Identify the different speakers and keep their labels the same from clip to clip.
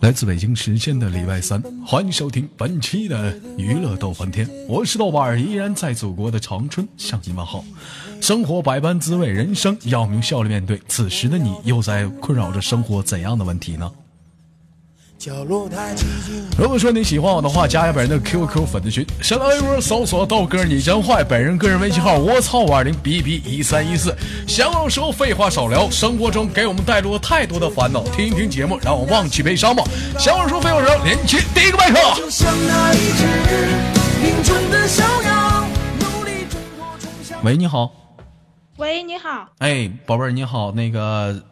Speaker 1: 来自北京时间的礼拜三，欢迎收听本期的娱乐逗翻天，我是豆瓣儿，依然在祖国的长春向你们好。生活百般滋味，人生要用笑来面对。此时的你又在困扰着生活怎样的问题呢？
Speaker 2: 角落太寂静，
Speaker 1: 如果说你喜欢我的话，加一下本人的 QQ 粉丝群，新浪微博搜索豆哥你真坏，本人个人微信号我操五二零 bb 一三一四。闲话时候废话少聊，生活中给我们带来太多的烦恼，听一听节目，让我忘记悲伤吧。闲话时候废话少聊，连接第一个麦克。
Speaker 2: 就像那一只凌春的小羊，努力挣脱冲向。
Speaker 1: 喂，你好，
Speaker 3: 喂，你好，
Speaker 1: 哎，宝贝儿，你好，那个，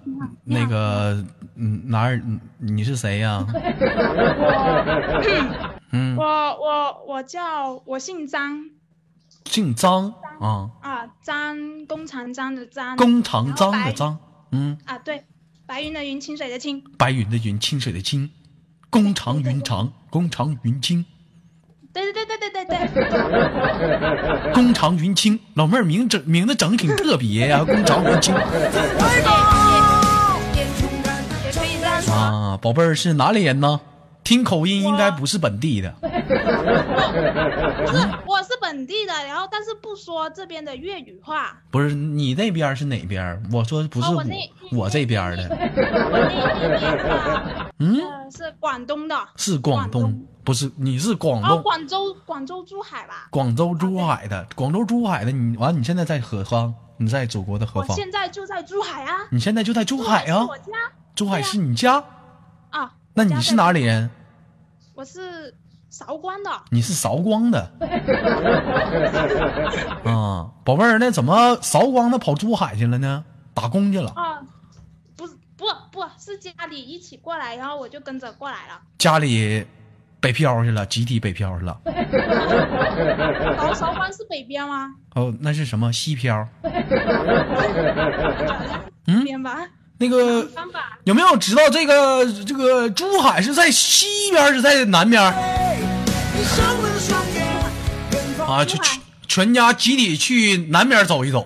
Speaker 1: 那个，嗯，哪儿？嗯你是谁呀、嗯
Speaker 3: 我我我叫我姓张
Speaker 1: 姓张啊，
Speaker 3: 啊，张工长张的张，
Speaker 1: 弓长张的张，嗯，
Speaker 3: 啊对，白云的云，清水的清，
Speaker 1: 白云的云，清水的清，弓长云长，弓长云清，
Speaker 3: 对对对对对 对对，
Speaker 1: 弓长云清。老妹儿名整名字整挺特别呀、弓长云清
Speaker 3: 也可以这样说，
Speaker 1: 啊，宝贝儿是哪里人呢？听口音应该不是本地的。
Speaker 3: 是我是本地的，然后但是不说这边的粤语话，
Speaker 1: 不是你那边儿是哪边儿？我说不是
Speaker 3: 啊
Speaker 1: 我，
Speaker 3: 我那
Speaker 1: 我这边儿的
Speaker 3: 我那那边的，嗯，是广东的，
Speaker 1: 是广
Speaker 3: 广
Speaker 1: 东
Speaker 3: 东，
Speaker 1: 不是你是广
Speaker 3: 啊，
Speaker 1: 东，
Speaker 3: 广哦州广州珠海吧，
Speaker 1: 广州珠海的，广州珠海的。你完，你现在在何方？你在祖国的何
Speaker 3: 我
Speaker 1: 方？
Speaker 3: 现在就在珠海啊，
Speaker 1: 你现在就在珠海啊
Speaker 3: 是？我家
Speaker 1: 珠海
Speaker 3: 对啊
Speaker 1: 是你家？
Speaker 3: 啊，
Speaker 1: 那
Speaker 3: 我家
Speaker 1: 你是
Speaker 3: 在
Speaker 1: 哪里人？
Speaker 3: 我是韶关的，
Speaker 1: 你是韶光 的，啊，宝贝儿，那怎么韶光的跑珠海去了呢？打工去了，
Speaker 3: 啊，不是不不是家里一起过来，然后我就跟着过来了，
Speaker 1: 家里北漂去了，集体北漂去了。
Speaker 3: 韶韶关是北边吗？
Speaker 1: 哦，那是什么西漂？
Speaker 3: 北边吧，
Speaker 1: 那个
Speaker 3: 方吧，
Speaker 1: 有没有知道这个这个珠海是在西边儿，是在南边儿
Speaker 2: 你伤了双眼，远方
Speaker 1: 啊？就去全家集体去南边儿走一走，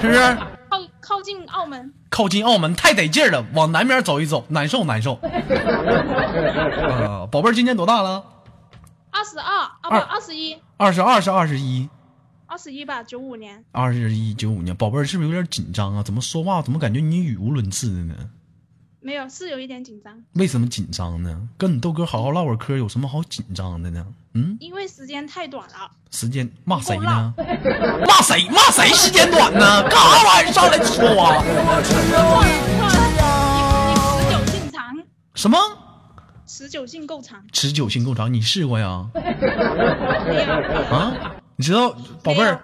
Speaker 1: 是不是？
Speaker 3: 靠靠近澳门，
Speaker 1: 靠近澳门太得劲儿了，往南边走一走，难受难受。啊，宝贝儿今年多大了？
Speaker 3: 二十二啊不
Speaker 1: 二
Speaker 3: 二十一，
Speaker 1: 二十二是二十一，
Speaker 3: 二十一吧，九五年，
Speaker 1: 二十一九五年，宝贝儿是不是有点紧张啊？怎么说话怎么感觉你语无伦次的呢？
Speaker 3: 没有是有一点紧张，
Speaker 1: 为什么紧张呢？跟你豆哥好好唠会儿嗑，有什么好紧张的呢？嗯，
Speaker 3: 因为时间太短了，
Speaker 1: 时间骂谁呢？骂谁？骂谁？时间短呢？干啥玩意儿？上来就说啊我
Speaker 2: 我穿着我一只羊。
Speaker 3: 持久性长，
Speaker 1: 什么
Speaker 3: 持久性够长，
Speaker 1: 持久性够长？你试过呀？
Speaker 3: 没有没有
Speaker 1: 啊，你知道宝贝
Speaker 3: 没
Speaker 1: 儿
Speaker 3: 有，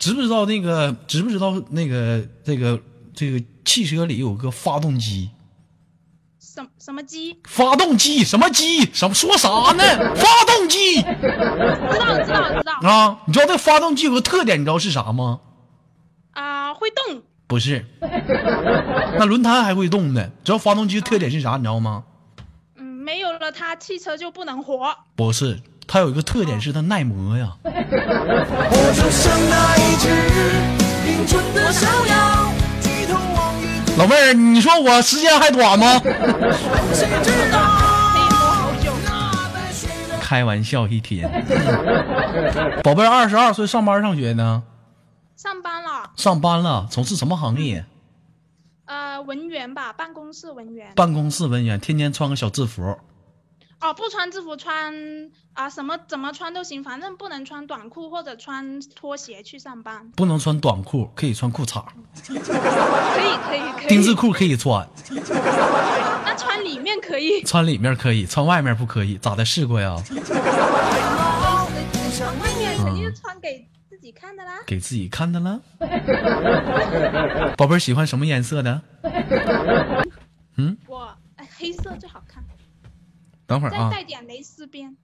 Speaker 1: 知不知道那个？知不知道那个？这个这个汽车里有个发动机，
Speaker 3: 什什么鸡，
Speaker 1: 发动机什么机？什么说啥呢？发动机
Speaker 3: 知道知道 知道
Speaker 1: 啊！你知道这发动机有个特点，你知道是啥吗？
Speaker 3: 啊，会动，
Speaker 1: 不是，那轮胎还会动呢。知道发动机的特点是啥？你知道吗？
Speaker 3: 嗯，没有了它汽车就不能活，
Speaker 1: 不是，它有一个特点是它耐磨呀。
Speaker 2: 我就像那一只凌春的小羊，举头望月，
Speaker 1: 老妹儿，你说我时间还短吗？
Speaker 2: 谁知道
Speaker 3: 可以活好久。
Speaker 2: 那白雪的
Speaker 1: 开玩笑一天。宝贝儿，二十二岁上班上学呢？
Speaker 3: 上班了，
Speaker 1: 上班了，从事什么行业？
Speaker 3: 呃，文员吧，办公室文员。
Speaker 1: 办公室文员，天天穿个小制服，
Speaker 3: 哦，不穿制服穿啊、什么怎么穿都行，反正不能穿短裤或者穿拖鞋去上班。
Speaker 1: 不能穿短裤，可以穿裤衩，
Speaker 3: 可以可以可
Speaker 1: 丁字
Speaker 3: 以，
Speaker 1: 裤可以穿，
Speaker 3: 那穿里面可以。
Speaker 1: 穿里面可以，穿外面不可以，咋的？试过呀？啊
Speaker 3: 穿外面肯定是穿给自己看的啦。
Speaker 1: 给自己看的了。宝贝儿喜欢什么颜色的？
Speaker 3: 我、哎、黑色最好
Speaker 1: 啊
Speaker 3: 看，
Speaker 1: 等会儿
Speaker 3: 再
Speaker 1: 啊，
Speaker 3: 带点蕾丝边。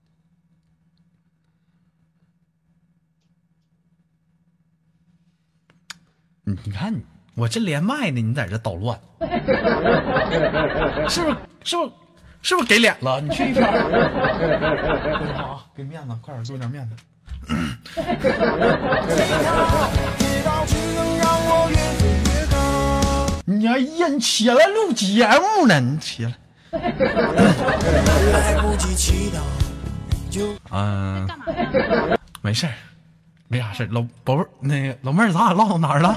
Speaker 1: 你你看你，我这连麦呢，你在这捣乱， 是不是？是不是？是不是给脸了？你去一边儿。给点啊，给面子，快点给我点面子。
Speaker 2: 跌倒，只能让我越飞越高。
Speaker 1: 你哎呀，你起来录节目呢？你起来，
Speaker 2: 来不及祈祷，就
Speaker 1: 嗯、
Speaker 3: 干嘛 呀？
Speaker 1: 没事儿，没啥事儿。老宝贝儿，那个老妹儿，咱俩唠到哪儿了？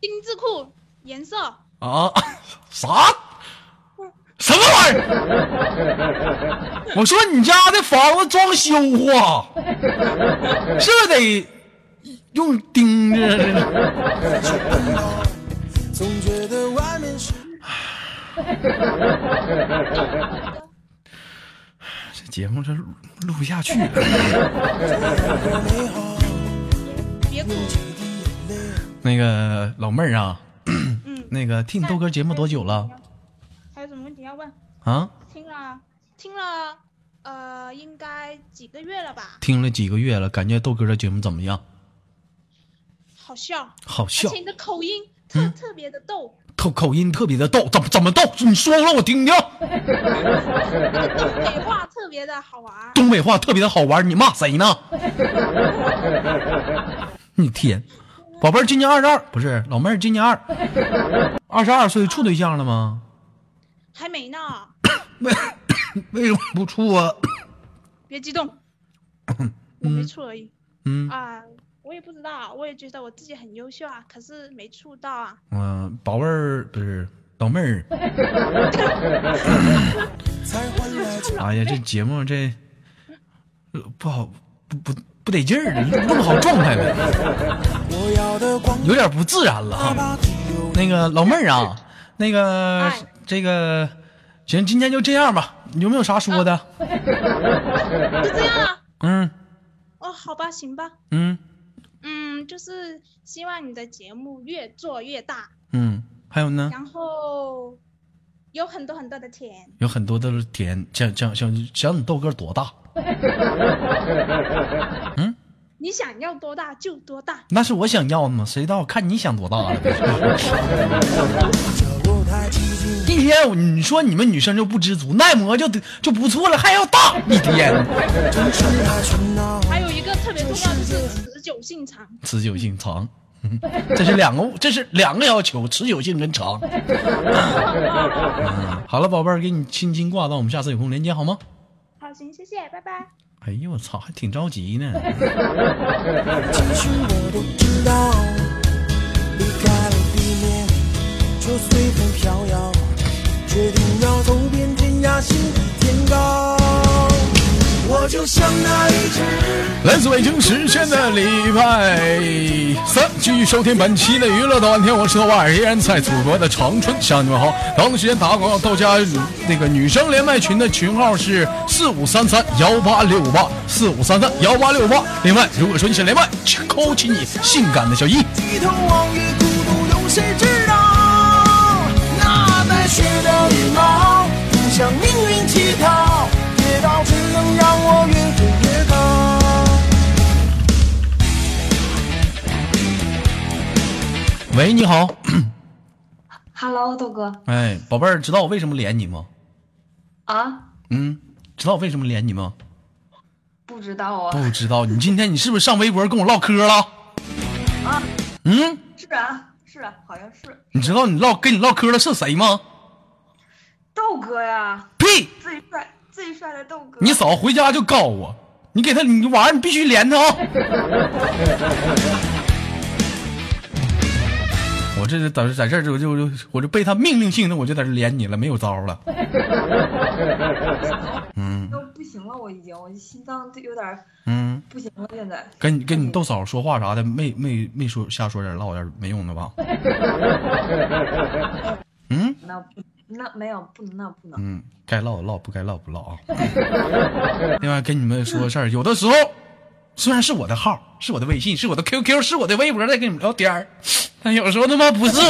Speaker 3: 丁字裤颜色，
Speaker 1: 啊， 啥？什么玩意儿？我说你家的房子装修啊，是不是得用钉子？啊
Speaker 2: 总觉得外面是。
Speaker 1: 这节目这录录不下去了。
Speaker 3: 别哭，
Speaker 1: 那个老妹儿啊，
Speaker 3: 嗯，
Speaker 1: 那个听你豆哥节目多久了？
Speaker 3: 还有什么问题要问？
Speaker 1: 啊，
Speaker 3: 听了听了，呃，应该几个月了吧？
Speaker 1: 听了几个月了，感觉豆哥的节目怎么样？
Speaker 3: 好笑，
Speaker 1: 好
Speaker 3: 而
Speaker 1: 笑嗯
Speaker 3: 且，你的口音特特别的 逗，
Speaker 1: 口口音特别的逗，怎么怎么逗？你说说我听听。
Speaker 3: 东北话特别的好玩。
Speaker 1: 东北话特别的好玩，你骂谁 呢？你天，宝贝儿今年二十二，不是老妹儿今年 二二十二岁，处对象了吗？
Speaker 3: 还没呢，
Speaker 1: 为 为什么不处啊？
Speaker 3: 别激动，我没处而已
Speaker 1: 嗯
Speaker 3: 啊。我也不知道，我也觉得我自己很优秀啊，可是没处到啊。
Speaker 1: 嗯、宝贝儿不是老妹儿，
Speaker 2: 才换来这
Speaker 1: 哎呀，这节目这呃不好不不不得劲儿了，录不好状态了，
Speaker 2: 我要的光。
Speaker 1: 有点不自然了哈。那个老妹儿啊，那个、
Speaker 3: 哎
Speaker 1: 这个，行，今天就这样吧。你有没有啥说的？
Speaker 3: 就这样啊，
Speaker 1: 嗯
Speaker 3: 哦，好吧，行吧，
Speaker 1: 嗯
Speaker 3: 嗯，就是希望你的节目越做越大，
Speaker 1: 嗯，还有呢，
Speaker 3: 然后有很多很多的甜。
Speaker 1: 有很多的点，想想想想你豆哥多大？
Speaker 3: 你想要多大就多大，
Speaker 1: 那是我想要的吗？谁知道看你想多大了？一天你说你们女生就不知足，耐磨就得就不错了，还要大一天，
Speaker 3: 还有一个特别重要就是持久性长。
Speaker 1: 持久性长。嗯这是两个，这是两个要求，持久性跟长。嗯好了，宝贝儿，给你轻轻挂断，我们下次有空连接好吗？
Speaker 3: 好，行，谢谢，拜拜。
Speaker 1: 哎呦我操，还挺着急呢。
Speaker 2: 其实我都知道，离开了地面就随风飘摇，决定要走遍天涯，心比天高。我就像那一只。
Speaker 1: 来自北京时间的礼拜三，继续收听本期的娱乐的晚天，我是豆瓣，依然在祖国的长春向你们好。同样的时间打广告，到家嗯那个女生连麦群的群号是四五三三幺八六八四五三三幺八六八。另外，如果说你想连麦，请扣起你性感的小一。
Speaker 2: 低头望月，孤独有谁知道？那带血的羽毛，不向命运乞讨，跌倒只能让我越飞越高。
Speaker 1: 喂，你好，
Speaker 4: Hello，豆哥
Speaker 1: 哎，宝贝儿，知道我为什么连你吗？
Speaker 4: 啊，
Speaker 1: 嗯，知道我为什么连你吗？
Speaker 4: 不知道啊，
Speaker 1: 不知道，你今天你是不是上微博跟我唠嗑了？
Speaker 4: 啊，
Speaker 1: 嗯，
Speaker 4: 是啊，是啊，好像是
Speaker 1: 你知道你唠跟你唠嗑的是谁吗？
Speaker 4: 豆哥呀，
Speaker 1: 屁！
Speaker 4: 最帅最帅的豆哥，
Speaker 1: 你嫂回家就告我，你给他，你晚上你必须连他啊！ 我这是在这在这儿就就就我就被他命令性的我就在这连你了，没有招了。
Speaker 4: 都不行了，我已经，我心脏都有点儿
Speaker 1: 嗯，
Speaker 4: 不行了，现在
Speaker 1: 跟你跟你豆嫂说话啥的，没没没说瞎说点唠点没用的吧？ 嗯
Speaker 4: 那不那没有不能那不能，
Speaker 1: 嗯，该唠的唠，不该唠不唠啊。 另外跟你们说事儿，有的时候虽然是我的号，是我的微信，是我的 QQ，是我的微博在跟你们聊天儿但有时候他妈不是我，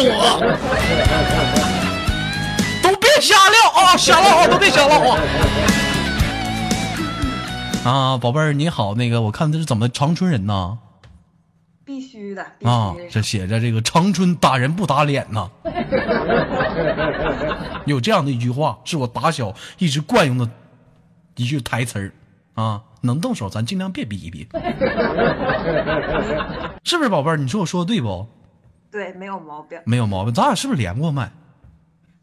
Speaker 1: 都别瞎唠啊，瞎唠啊，都别瞎唠啊。啊，宝贝儿你好，那个我看这是怎么长春人呐？
Speaker 4: 必须的，必
Speaker 1: 啊，
Speaker 4: 须
Speaker 1: 这写着这个长春打人不打脸 呐，有这样的一句话，是我打小一直惯用的一句台词儿啊，能动手咱尽量别逼 一逼，是不是宝贝儿？你说我说的对不？嗯
Speaker 4: 对，没有毛病，
Speaker 1: 没有毛病，咱俩是不是连过麦？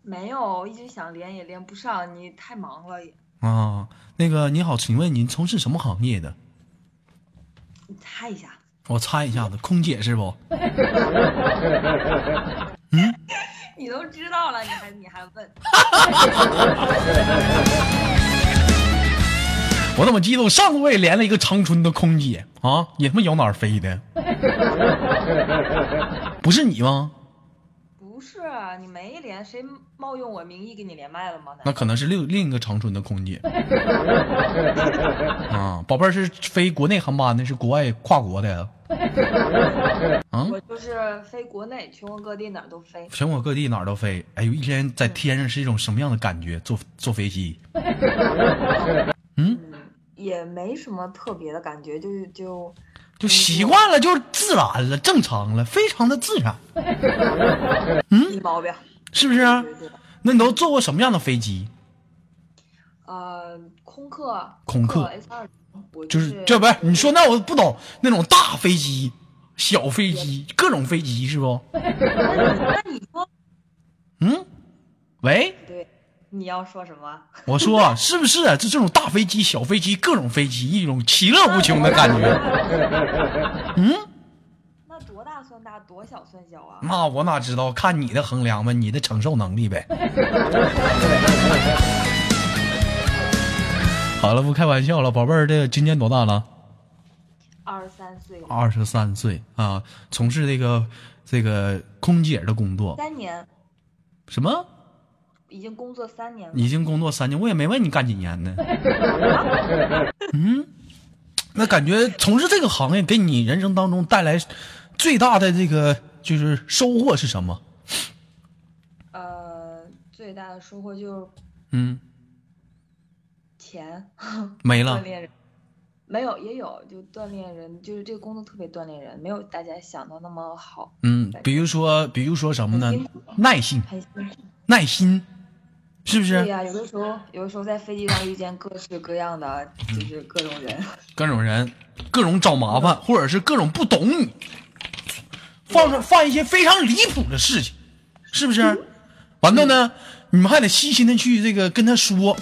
Speaker 4: 没有，一直想连也连不上，你太忙了也。
Speaker 1: 啊，那个你好，请问您从事什么行业的？
Speaker 4: 你猜一下，
Speaker 1: 我猜一下子，空姐是不？
Speaker 4: 你都知道了，你还你还问？
Speaker 1: 我怎么记得我上次我也连了一个长春的空姐啊，也他妈摇哪儿飞的？不是你吗？
Speaker 4: 不是啊，你没连，谁冒用我名义给你连麦了吗？
Speaker 1: 那可能是另另一个长春的空姐。啊，宝贝儿是飞国内航班的，是国外跨国的。啊，
Speaker 4: 我就是飞国内，全国各地哪儿都飞。
Speaker 1: 全国各地哪儿都飞。哎呦，一天在天上是一种什么样的感觉？坐坐飞机，
Speaker 4: 嗯，也没什么特别的感觉，就是就
Speaker 1: 就习惯了，就自然了，正常了，非常的自然，
Speaker 4: 没毛病。
Speaker 1: 是不是啊、
Speaker 4: 对对对
Speaker 1: 那你都坐过什么样的飞机？
Speaker 4: 呃，空客，
Speaker 1: 空客
Speaker 4: 客 S 二，我
Speaker 1: 就是这不是你说那我不懂那种大飞机、小飞机、各种飞机是不？
Speaker 4: 那你说
Speaker 1: 嗯，喂，
Speaker 4: 对，你要说什么？
Speaker 1: 我说是不是啊就这种大飞机、小飞机、各种飞机，一种其乐无穷的感觉？嗯，
Speaker 4: 那多大算大，多小算小啊？
Speaker 1: 那我哪知道？看你的衡量吧，你的承受能力呗。好了，不开玩笑了，宝贝儿，这个今年多大了？
Speaker 4: 二十三岁了，
Speaker 1: 二十三岁啊，从事这个这个空姐的工作。
Speaker 4: 三年，
Speaker 1: 什么？
Speaker 4: 已经工作三年了。
Speaker 1: 已经工作三年，我也没问你干几年呢。嗯，那感觉从事这个行业给你人生当中带来最大的这个就是收获是什么？
Speaker 4: 呃，最大的收获就是
Speaker 1: 嗯，
Speaker 4: 钱，
Speaker 1: 没
Speaker 4: 锻
Speaker 1: 了。
Speaker 4: 炼人。没有，也有，就锻炼人，就是这个工作特别锻炼人，没有大家想的那么好，
Speaker 1: 嗯，比如说，比如说什么呢
Speaker 4: 很辛苦？
Speaker 1: 耐心，
Speaker 4: 很辛苦。
Speaker 1: 耐心，是不
Speaker 4: 对
Speaker 1: 是？
Speaker 4: 呀、有的时候，有的时候在飞机上遇见各式各样的，
Speaker 1: 嗯
Speaker 4: 就是各种人。
Speaker 1: 各种人，各种找麻烦，或者是各种不懂你，放着放一些非常离谱的事情，是不是？完了呢，你们还得细心的去这个跟他说。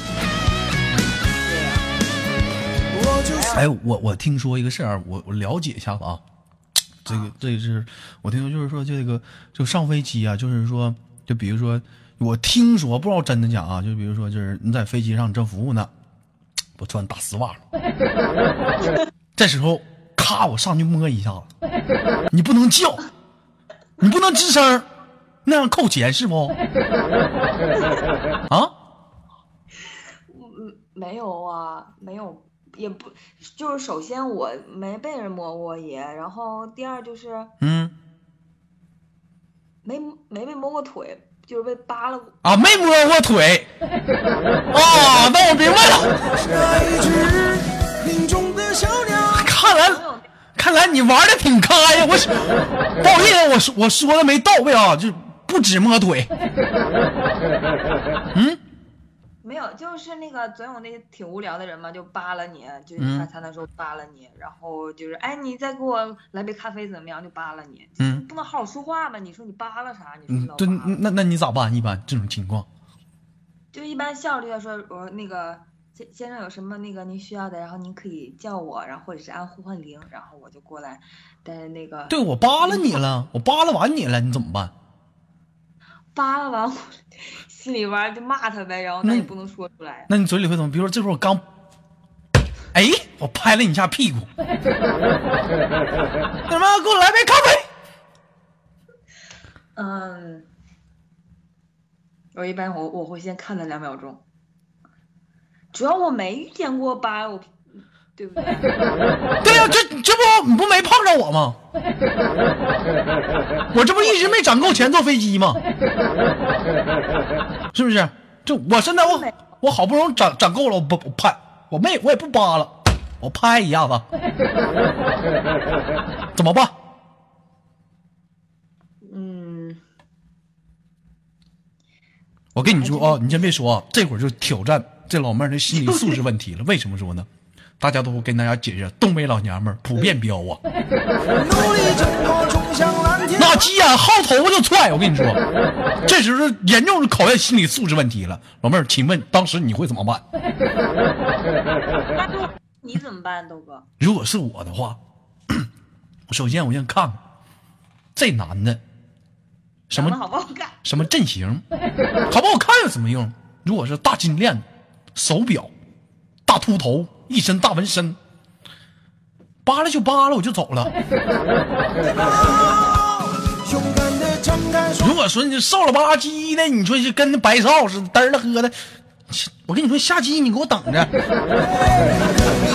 Speaker 2: 我就是
Speaker 1: 哎，我我听说一个事儿，啊我我了解一下子啊。这个这个是我听说，就是说这个就上飞机啊，就是说，就比如说我听说，不知道真的假啊，就比如说就是你在飞机上正服务呢，我穿大丝袜了，这时候咔我上去摸一下子，你不能叫，你不能吱声儿，那样扣钱是不？啊？
Speaker 4: 嗯，没有啊，没有，也不，就是首先我没被人摸过也，然后第二就是
Speaker 1: 嗯
Speaker 4: 没没被摸过腿，就是被扒拉过。
Speaker 1: 啊，没摸过腿。啊，那我明白了。
Speaker 2: 那一只林中的小鸟。
Speaker 1: 看来
Speaker 4: 没，有，
Speaker 1: 看来你玩的挺开呀！我是不好意思，我说我说的没到位啊，就不止摸腿。
Speaker 4: 没有，就是那个总有那些挺无聊的人嘛，就扒拉你，就是你
Speaker 1: 嗯
Speaker 4: 三餐的时候扒拉你，然后就是哎，你再给我来杯咖啡怎么样？就扒拉你，
Speaker 1: 嗯
Speaker 4: 不能好好说话吗？你说你扒拉啥？你说你
Speaker 1: 嗯
Speaker 4: 老，
Speaker 1: 对，
Speaker 4: 扒拉
Speaker 1: 那那你咋办？一般这种情况，
Speaker 4: 就一般效率要说，我说那个先先生有什么那个您需要的，然后您可以叫我，然后或者是按呼唤铃，然后我就过来。但是那个
Speaker 1: 对我扒拉你了，我扒拉完你了，你怎么办？
Speaker 4: 扒拉完，我心里边儿就骂他呗，然后那
Speaker 1: 那
Speaker 4: 也不能说出来。
Speaker 1: 那你嘴里会怎么？比如说这会儿我刚，哎，我拍了你一下屁股，那什么，给我来杯咖啡。
Speaker 4: 嗯，我一般我我会先看他两秒钟，主要我没遇见过扒拉我，对不对？
Speaker 1: 对呀、这这不你不没碰着我吗？我这不一直没攒够钱坐飞机吗？是不是？这我现在我我好不容易攒攒够了，我不我拍我没我也不扒了，我拍一下子，怎么办？
Speaker 4: 嗯，
Speaker 1: 我跟你说啊，你先别说啊，这会儿就挑战这老妹儿的心理素质问题了。为什么说呢？大家都跟大家解释，东北老娘们儿普遍彪啊，
Speaker 2: 努力挣脱，冲向蓝天。
Speaker 1: 那急眼薅头发就踹。我跟你说，这就是严重考验心理素质问题了。老妹儿，请问当时你会怎么办？
Speaker 4: 那就你怎么办，豆哥？
Speaker 1: 如果是我的话， 首先我先看看这男的什
Speaker 4: 长
Speaker 1: 么
Speaker 4: 得好不好看？
Speaker 1: 什么阵型，好不好看有什么用？如果是大金链、手表、大秃头、一身大纹身，扒拉就扒拉，我就走了。
Speaker 2: 勇敢的张开双
Speaker 1: 如果说你瘦了吧唧的，你说是跟那白少似的嘚儿了喝的，我跟你说下机你给我等着，
Speaker 2: 闭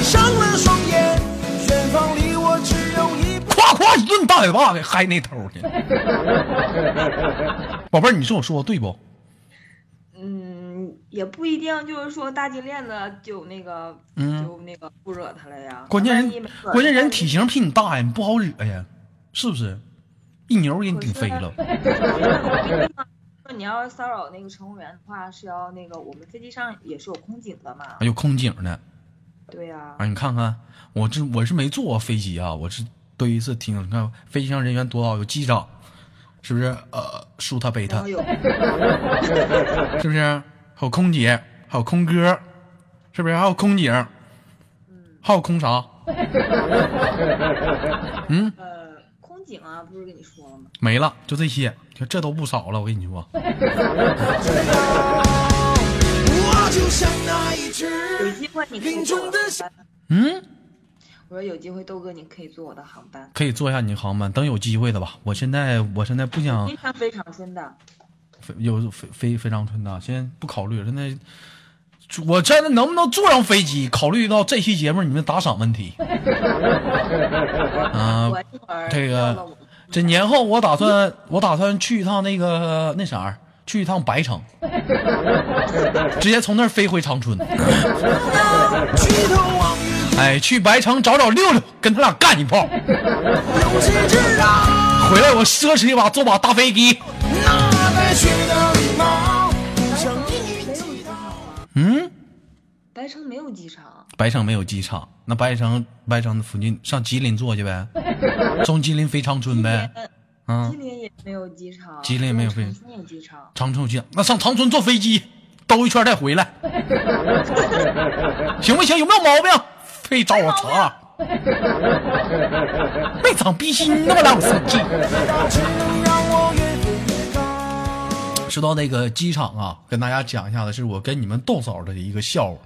Speaker 2: 上了双眼，远方离我只有一步。
Speaker 1: 夸夸一顿大嘴巴给嗨那头去。宝贝儿，你说我说的对不？
Speaker 4: 嗯，也不一定，就是说大金链子就那个，
Speaker 1: 嗯
Speaker 4: 就那个不惹他了呀。
Speaker 1: 关键
Speaker 4: 万一
Speaker 1: 人
Speaker 4: 没惹他
Speaker 1: 关键人
Speaker 4: 万一
Speaker 1: 体型比你大呀，你不好惹呀，是不是？一牛给你顶飞了。
Speaker 4: 说你要是骚扰那个乘务员的话，是要那个我们飞机上也是有空警的嘛
Speaker 1: 还？有空警呢。
Speaker 4: 对呀、
Speaker 1: 啊，你看看，我这我是没坐过飞机啊，我是头一次听。你看飞机上人员多少，有机长，是不是？呃，舒塔贝
Speaker 4: 然
Speaker 1: 塔
Speaker 4: 后，有
Speaker 1: 是不是？还有空姐，还有空哥，是不是？还有空警，还有空啥？
Speaker 4: 呃空警啊，不是跟你说了吗？
Speaker 1: 没了，就这些，就这都不少了。我跟你说，
Speaker 2: 我就像那一
Speaker 4: 有
Speaker 2: 只
Speaker 4: 机会你可以
Speaker 2: 林
Speaker 4: 坐
Speaker 2: 中
Speaker 4: 我
Speaker 2: 的
Speaker 4: 的
Speaker 2: 小
Speaker 4: 航班。
Speaker 1: 嗯，
Speaker 4: 我说有机会，豆哥你可以坐我的航班，
Speaker 1: 可以坐一下你的航班，等有机会的吧。我现在我现在不想
Speaker 4: 经常飞长春的。
Speaker 1: 啊飞有飞飞飞长春的，现在不考虑。现在我真的能不能坐上飞机？考虑到这期节目你们打赏问题。啊
Speaker 4: 我一会儿
Speaker 1: 这
Speaker 4: 到了
Speaker 1: 个
Speaker 4: 我
Speaker 1: 这年后我打算我打算去一趟那个那啥儿，去一趟白城，直接从那儿飞回长春。
Speaker 2: 举头望月，
Speaker 1: 哎，去白城找找六六，跟他俩干一炮。
Speaker 2: 勇气之道，
Speaker 1: 回来我奢侈一把，坐把大飞机。
Speaker 2: 那带血的礼貌，像一
Speaker 4: 没有机场啊，
Speaker 1: 嗯，
Speaker 4: 白城没有机场，
Speaker 1: 白城没有机场，那白城白城附近上吉林坐去呗，从吉林飞长春呗。啊
Speaker 4: 吉，林也没有机场，
Speaker 1: 吉林也没有飞
Speaker 4: 长春有机场，
Speaker 1: 长春有机场，那上长春坐飞机兜一圈再回来，行不行？有没有毛病？非找我茬。 没长逼心，那么让我生气。
Speaker 2: 道，只能让我越飞越高。
Speaker 1: 说到那个机场啊，跟大家讲一下子，是我跟你们豆嫂的一个笑话。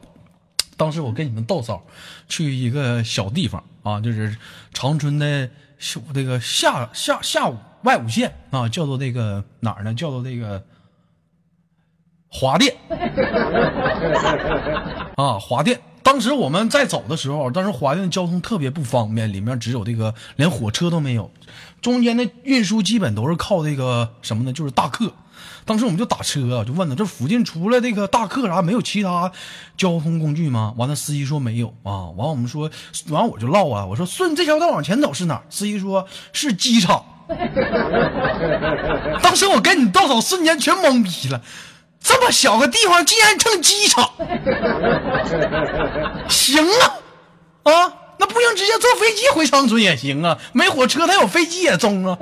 Speaker 1: 当时我跟你们豆嫂去一个小地方啊，就是长春的下那个下下下午外五县啊，叫做那个哪儿呢？叫做那个华电 啊，华电。当时我们在走的时候，当时华电交通特别不方便，里面只有这个连火车都没有，中间的运输基本都是靠这个什么呢？就是大客。当时我们就打车啊，就问他这附近除了这个大客啥，没有其他交通工具吗？完了，司机说没有啊。完了我们说，完了我就唠啊，我说顺这条道往前走是哪儿？司机说是机场。 当时我跟你稻草瞬间全懵逼了，这么小个地方竟然成机场，行啊啊！那不行，直接坐飞机回长春也行啊，没火车，它有飞机也中啊。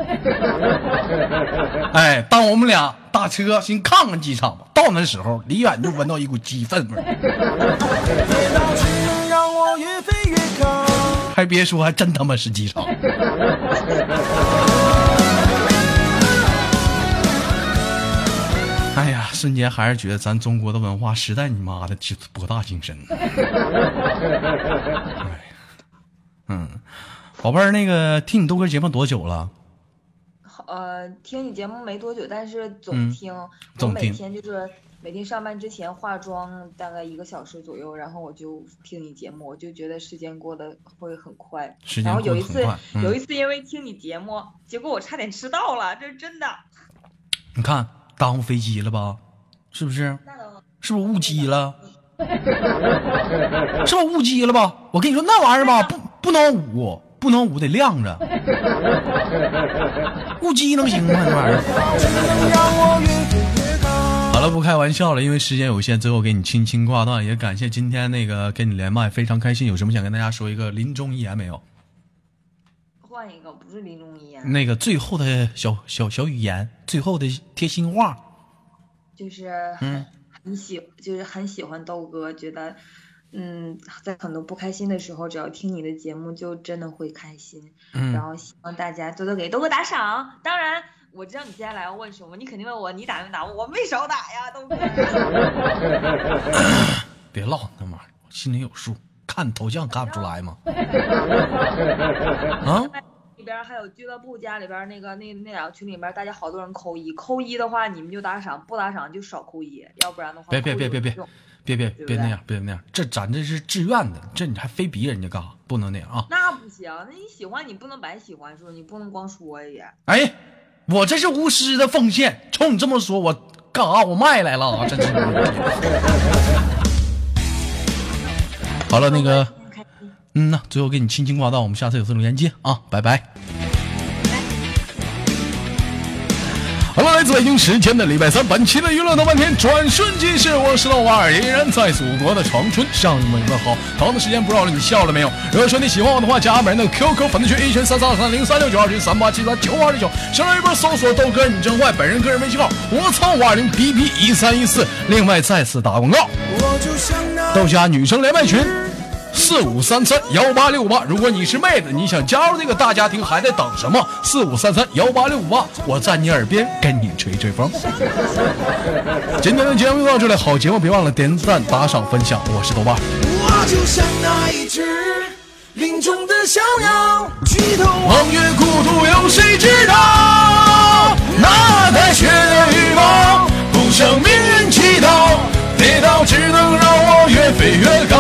Speaker 1: 哎，当我们俩打车先看看机场吧，到那时候离远就闻到一股鸡粪味儿，
Speaker 2: 跌倒只能让我越飞越高。
Speaker 1: 还别说，还真他妈是机场。 哎呀，瞬间还是觉得咱中国的文化实在你妈的这博大精 深。哎嗯，宝贝儿，那个听你豆哥节目多久了？
Speaker 4: 好呃，听你节目没多久，但是
Speaker 1: 嗯
Speaker 4: 总听，我
Speaker 1: 总
Speaker 4: 每
Speaker 1: 听
Speaker 4: 天就是每天上班之前化妆大概一个小时左右，然后我就听你节目，我就觉得时间过得会很快。
Speaker 1: 时间
Speaker 4: 然后有
Speaker 1: 过
Speaker 4: 一
Speaker 1: 得很
Speaker 4: 次
Speaker 1: 快，嗯
Speaker 4: 有一次因为听你节目，结果我差点迟到了，这是真的。
Speaker 1: 你看耽误飞机了吧？是不是？
Speaker 4: 那倒
Speaker 1: 是不是误机了？是不是误机了吧？我跟你说那玩意儿吧，不不能捂，不能捂，得晾着。误机能行吗？这玩意儿。好了，不开玩笑了，因为时间有限，最后给你轻轻挂断。也感谢今天那个跟你连麦，非常开心。有什么想跟大家说一个临终遗言没有？
Speaker 4: 换一个，不是林中医啊，
Speaker 5: 那个最后的小小小语言，最后的贴心话，
Speaker 4: 就是
Speaker 5: 嗯
Speaker 4: 很喜，就是很喜欢豆哥，觉得，嗯，在很多不开心的时候，只要听你的节目，就真的会开心。然
Speaker 5: 嗯，
Speaker 4: 后希望大家多多给豆哥打赏。当然，我知道你接下来要问什么，你肯定问我你打没打，我没少打呀，豆哥。
Speaker 5: 别唠那玩意儿，我心里有数，看你头像看不出来吗？啊，
Speaker 4: 里边儿还有俱乐部家里边儿那个那那两个群里边儿，大家好多人扣一，扣一的话你们就打赏，不打赏就少扣一，要不然的话
Speaker 5: 别别
Speaker 4: 扣一
Speaker 5: 别别别
Speaker 4: 有用
Speaker 5: 别别
Speaker 4: 对不
Speaker 5: 别那
Speaker 4: 对
Speaker 5: 样，别那样，这咱这是自愿的，这你还非逼人家干啥？不能那样啊！
Speaker 4: 那不行，那你喜欢你不能白喜欢是不是？你不能光说也。
Speaker 5: 哎，我这是无私的奉献，冲你这么说，我干啥？我卖来了啊！真是。好了，那个，
Speaker 4: 开心
Speaker 5: 嗯呐，最后给你轻轻挂断，我们下次有这种连接啊，拜拜。
Speaker 1: 好了，来自北京时间的礼拜三，本期的娱乐豆半天转瞬即逝，我是豆瓣儿，依然在祖国的长春向你们问好。同样的时间，不知道你笑了没有？如果说你喜欢我的话，加本人的 QQ 粉丝群一群三三二三零三六九二群三八七三九二六九，新浪微博搜索豆哥你真坏，本人个人微信号我操五二零 B B 一三一四。另外再次打广告，
Speaker 2: 我就像那
Speaker 1: 豆家女生连麦群。四五三三幺八六八，如果你是妹子，你想加入这个大家庭，还在等什么？四五三三幺八六八，我在你耳边跟你吹吹风。今天的节目就到这里，好节目别忘了点赞、打赏、分享。我是豆瓣儿。
Speaker 2: 我就像那一只林中的小鸟，举头望。
Speaker 1: 望月孤独，有谁知道？那带血的羽毛，不向命运祈祷，跌倒只能让我越飞越高。